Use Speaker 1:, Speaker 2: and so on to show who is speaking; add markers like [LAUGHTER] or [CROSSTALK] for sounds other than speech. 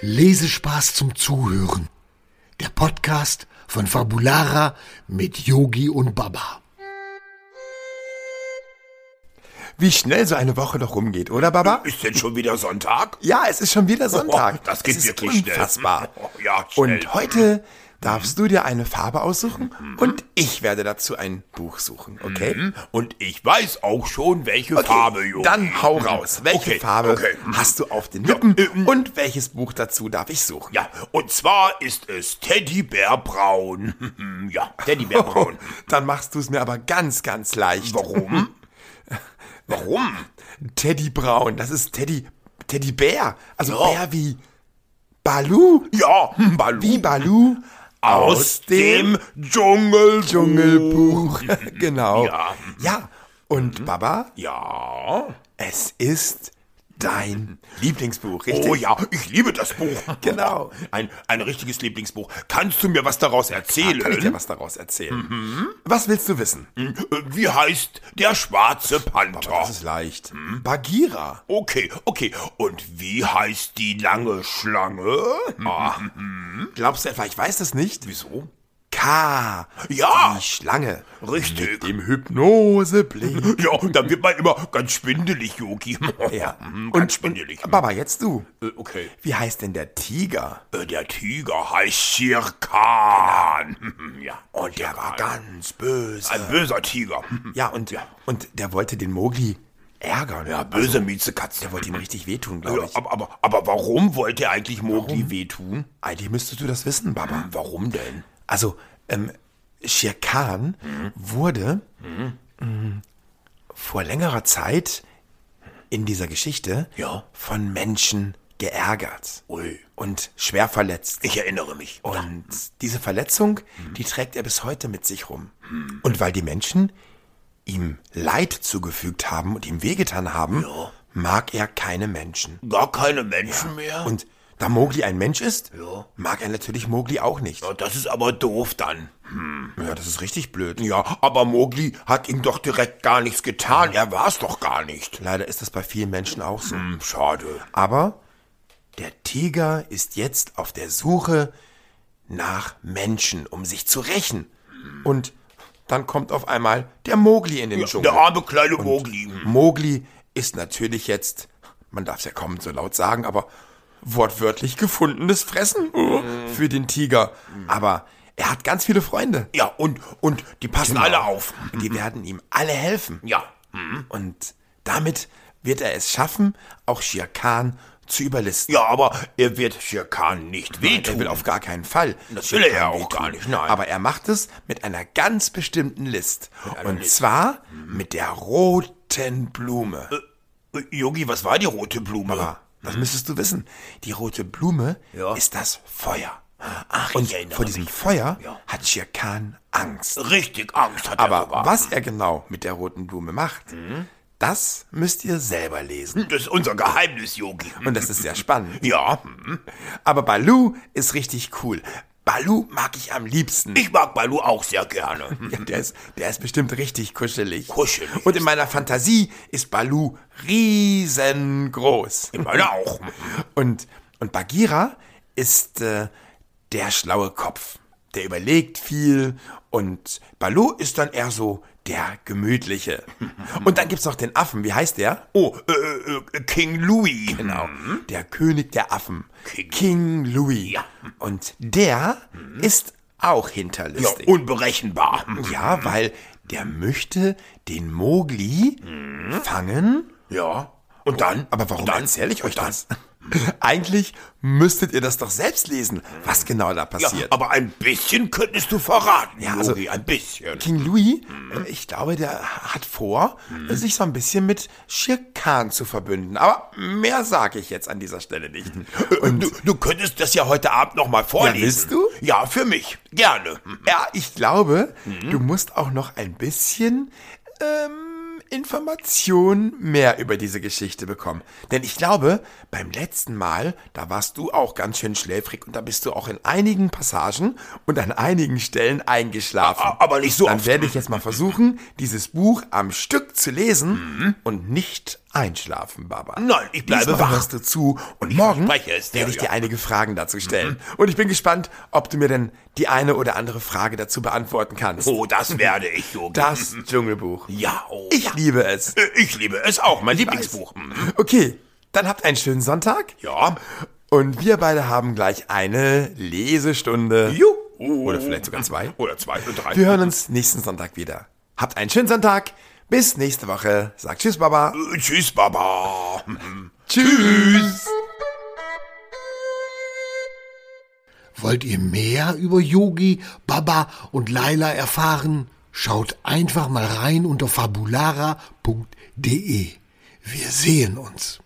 Speaker 1: Lesespaß zum Zuhören. Der Podcast von Fabulara mit Yogi und Baba.
Speaker 2: Wie schnell so eine Woche doch rumgeht, oder Baba?
Speaker 3: Ist denn schon wieder Sonntag?
Speaker 2: Ja, es ist schon wieder Sonntag.
Speaker 3: Oh, das geht
Speaker 2: es ist
Speaker 3: wirklich schnell.
Speaker 2: unfassbar.
Speaker 3: [LAUGHS] Oh, ja, schnell. Mhm.
Speaker 2: Und heute darfst du dir eine Farbe aussuchen und ich werde dazu ein Buch suchen, okay?
Speaker 3: Und ich weiß auch schon, welche Mhm. Farbe, Junge.
Speaker 2: Dann hau raus. Welche
Speaker 3: Okay,
Speaker 2: Farbe
Speaker 3: okay. Mhm.
Speaker 2: hast du auf den Lippen
Speaker 3: ähm.
Speaker 2: und welches Buch dazu darf ich suchen?
Speaker 3: Ja, und zwar ist es Teddybärbraun. [LAUGHS] ja,
Speaker 2: [LAUGHS]
Speaker 3: Teddybärbraun.
Speaker 2: Dann machst du es mir aber ganz, ganz leicht. Mhm.
Speaker 3: Warum? Warum?
Speaker 2: Teddy Braun, das ist Teddy, Teddy Bär. Also
Speaker 3: Ja.
Speaker 2: Bär wie Balu.
Speaker 3: Ja, hm, Balu.
Speaker 2: Wie Balu
Speaker 3: Aus dem Dschungel.
Speaker 2: Dschungelbuch. [LAUGHS] genau.
Speaker 3: Oh. Ja. Mhm.
Speaker 2: Ja. Und Baba,
Speaker 3: Ja.
Speaker 2: es ist dein Lieblingsbuch, richtig?
Speaker 3: Oh ja, ich liebe das Buch.
Speaker 2: [LAUGHS] Genau.
Speaker 3: Ein, ein richtiges Lieblingsbuch. Kannst du mir was daraus
Speaker 2: Da
Speaker 3: erzählen? Mhm.
Speaker 2: kann ich dir was daraus erzählen. Was willst du wissen? Oh,
Speaker 3: Hm, äh, Wie heißt der schwarze Panther?
Speaker 2: Das ist leicht.
Speaker 3: Mhm.
Speaker 2: Bagheera.
Speaker 3: Okay, okay. Und wie heißt die lange Schlange?
Speaker 2: Hm.
Speaker 3: Ah,
Speaker 2: Glaubst du etwa, ich weiß das nicht?
Speaker 3: wieso?
Speaker 2: K.
Speaker 3: Ja.
Speaker 2: Die Schlange.
Speaker 3: Richtig. Mhm.
Speaker 2: Im Hypnoseblick.
Speaker 3: Ja, dann wird man immer ganz schwindelig, Yogi.
Speaker 2: Ja.
Speaker 3: Hm,
Speaker 2: Und
Speaker 3: [LAUGHS] Ganz schwindelig.
Speaker 2: Baba, jetzt du.
Speaker 3: Äh, Okay.
Speaker 2: Wie heißt denn der Tiger?
Speaker 3: Äh, Der Tiger heißt Schirkan. Ja.
Speaker 2: Und der war Genau. ganz böse.
Speaker 3: Ein böser Tiger.
Speaker 2: Ja, und, und der wollte den Mogli ärgern.
Speaker 3: Ja, böse Miezekatze.
Speaker 2: also Der wollte ihm richtig wehtun,
Speaker 3: Ja,
Speaker 2: glaube ich.
Speaker 3: aber, aber, aber warum wollte er eigentlich Mogli wehtun?
Speaker 2: Eigentlich müsstest du das wissen, Baba.
Speaker 3: Hm? Warum denn?
Speaker 2: Also, ähm, Shere Khan wurde mh, vor längerer Zeit in dieser Geschichte
Speaker 3: Ja.
Speaker 2: von Menschen geärgert
Speaker 3: Ui.
Speaker 2: und schwer verletzt.
Speaker 3: Ich Hm. erinnere mich.
Speaker 2: Und diese Verletzung, die trägt er bis heute mit sich rum.
Speaker 3: Hm.
Speaker 2: Und weil die Menschen ihm Leid zugefügt haben und ihm wehgetan haben,
Speaker 3: Ja.
Speaker 2: mag er keine Menschen.
Speaker 3: Gar keine Menschen mehr?
Speaker 2: Und da Mowgli ein Mensch ist,
Speaker 3: Ah. Ja.
Speaker 2: mag er natürlich Mowgli auch nicht.
Speaker 3: Ja, das ist aber doof dann. Hm,
Speaker 2: Ja, das ist richtig blöd.
Speaker 3: Ja, aber Mogli hat ihm doch direkt gar nichts getan. Er war's doch gar nicht.
Speaker 2: Leider ist das bei vielen Menschen auch so.
Speaker 3: Hm, schade.
Speaker 2: Aber der Tiger ist jetzt auf der Suche nach Menschen, um sich zu rächen. Und dann kommt auf einmal der Mowgli in den Dschungel.
Speaker 3: Der arme kleine Mogli.
Speaker 2: Mowgli Mhm. ist natürlich jetzt, man darf es ja kaum so laut sagen, aber wortwörtlich gefundenes Fressen uh,
Speaker 3: Mhm.
Speaker 2: für den Tiger. Aber er hat ganz viele Freunde.
Speaker 3: Ja, und, und die passen
Speaker 2: Genau.
Speaker 3: alle auf. Mhm.
Speaker 2: Und die werden ihm alle helfen.
Speaker 3: Ja.
Speaker 2: Und damit wird er es schaffen, auch Shere Khan zu überlisten.
Speaker 3: Ja, aber er wird Schirkan nicht
Speaker 2: Er will
Speaker 3: wehtun.
Speaker 2: auf gar keinen Fall.
Speaker 3: Das
Speaker 2: Shere
Speaker 3: will er ja
Speaker 2: Khan
Speaker 3: auch gar nicht, nein.
Speaker 2: Aber er macht es mit einer ganz bestimmten List. Und zwar mit der roten Blume.
Speaker 3: Äh, Yogi, was war die rote Blume?
Speaker 2: Ah, Das müsstest du wissen. Die rote Blume
Speaker 3: Ja.
Speaker 2: ist das Feuer.
Speaker 3: Ach,
Speaker 2: Und
Speaker 3: ich erinnere
Speaker 2: vor diesem Feuer
Speaker 3: Ja.
Speaker 2: hat Shere Khan Angst.
Speaker 3: Richtig, Angst hat er
Speaker 2: Aber
Speaker 3: sogar.
Speaker 2: was er genau mit der roten Blume macht,
Speaker 3: Mhm.
Speaker 2: das müsst ihr selber lesen.
Speaker 3: Das ist unser Geheimnis, Yogi.
Speaker 2: Und das ist sehr spannend.
Speaker 3: Ja, hm.
Speaker 2: Aber Balu ist richtig cool. Balu mag ich am liebsten.
Speaker 3: ich mag Balu auch sehr gerne.
Speaker 2: Ja, der, ist, der ist bestimmt richtig kuschelig.
Speaker 3: Kuschelig.
Speaker 2: Und in meiner Fantasie ist Balu riesengroß.
Speaker 3: Meine auch.
Speaker 2: [LAUGHS] Und, und Bagheera ist äh, der schlaue Kopf. Der überlegt viel und Balu ist dann eher so der gemütliche. Und dann gibt's noch den Affen, wie heißt der?
Speaker 3: Oh, äh, äh, King Louis. Hm.
Speaker 2: Genau, der König der Affen.
Speaker 3: King-
Speaker 2: Louis.
Speaker 3: Ja.
Speaker 2: Und der ist auch
Speaker 3: Ja, oh.
Speaker 2: hinterlistig.
Speaker 3: unberechenbar.
Speaker 2: ja, weil der möchte den Mogli fangen
Speaker 3: Ja. Mhm. Und dann?
Speaker 2: Aber warum
Speaker 3: Und dann?
Speaker 2: erzähle ich euch das? [LAUGHS] Eigentlich müsstet ihr das doch selbst lesen, was genau da
Speaker 3: Ja,
Speaker 2: passiert.
Speaker 3: aber ein bisschen könntest du verraten,
Speaker 2: Ja,
Speaker 3: ja, Mhm.
Speaker 2: also-
Speaker 3: Yogi, ein bisschen.
Speaker 2: King Louis, äh, ich glaube, der hat vor,
Speaker 3: Mhm.
Speaker 2: äh, sich so ein bisschen mit Shere Khan zu verbünden. Aber mehr sage ich jetzt an dieser Stelle nicht.
Speaker 3: [LAUGHS] Und du, du könntest das ja Hm. heute Abend nochmal vorlesen.
Speaker 2: willst du?
Speaker 3: Ja, für mich. Gerne.
Speaker 2: Ja, ich glaube,
Speaker 3: Mhm.
Speaker 2: du musst auch noch ein bisschen ähm, Information mehr über diese Geschichte bekommen. Denn ich glaube, beim letzten Mal, da warst du auch ganz schön schläfrig und da bist du auch in einigen Passagen und an einigen Stellen eingeschlafen.
Speaker 3: A- aber nicht so
Speaker 2: Dann
Speaker 3: oft.
Speaker 2: werde ich jetzt mal versuchen, dieses Buch am Stück zu lesen und nicht einschlafen, Baba.
Speaker 3: Mhm. Nein, ich bleibe
Speaker 2: Diesmal
Speaker 3: wach.
Speaker 2: hörst du zu und morgen
Speaker 3: verspreche es dir,
Speaker 2: werde ich dir
Speaker 3: ja.
Speaker 2: einige Fragen dazu stellen. Und ich bin gespannt, ob du mir denn die eine oder andere Frage dazu beantworten kannst.
Speaker 3: Oh, das werde ich, Yogi.
Speaker 2: Das Dschungelbuch.
Speaker 3: Ja, oh.
Speaker 2: Ich liebe es.
Speaker 3: Äh, ich liebe es auch, mein Lieblingsbuch. Mhm.
Speaker 2: Okay, dann habt einen schönen Sonntag.
Speaker 3: Ja.
Speaker 2: Und wir beide haben gleich eine Lesestunde.
Speaker 3: Juhu.
Speaker 2: Oder vielleicht sogar zwei.
Speaker 3: Oder zwei oder drei.
Speaker 2: Wir hören uns nächsten Sonntag wieder. Habt einen schönen Sonntag. Bis nächste Woche. Sagt Tschüss, Baba.
Speaker 3: Äh, Tschüss, Baba.
Speaker 2: Tschüss.
Speaker 1: Wollt ihr mehr über Yogi, Baba und Laila erfahren? Schaut einfach mal rein unter fabulara.de. Wir sehen uns.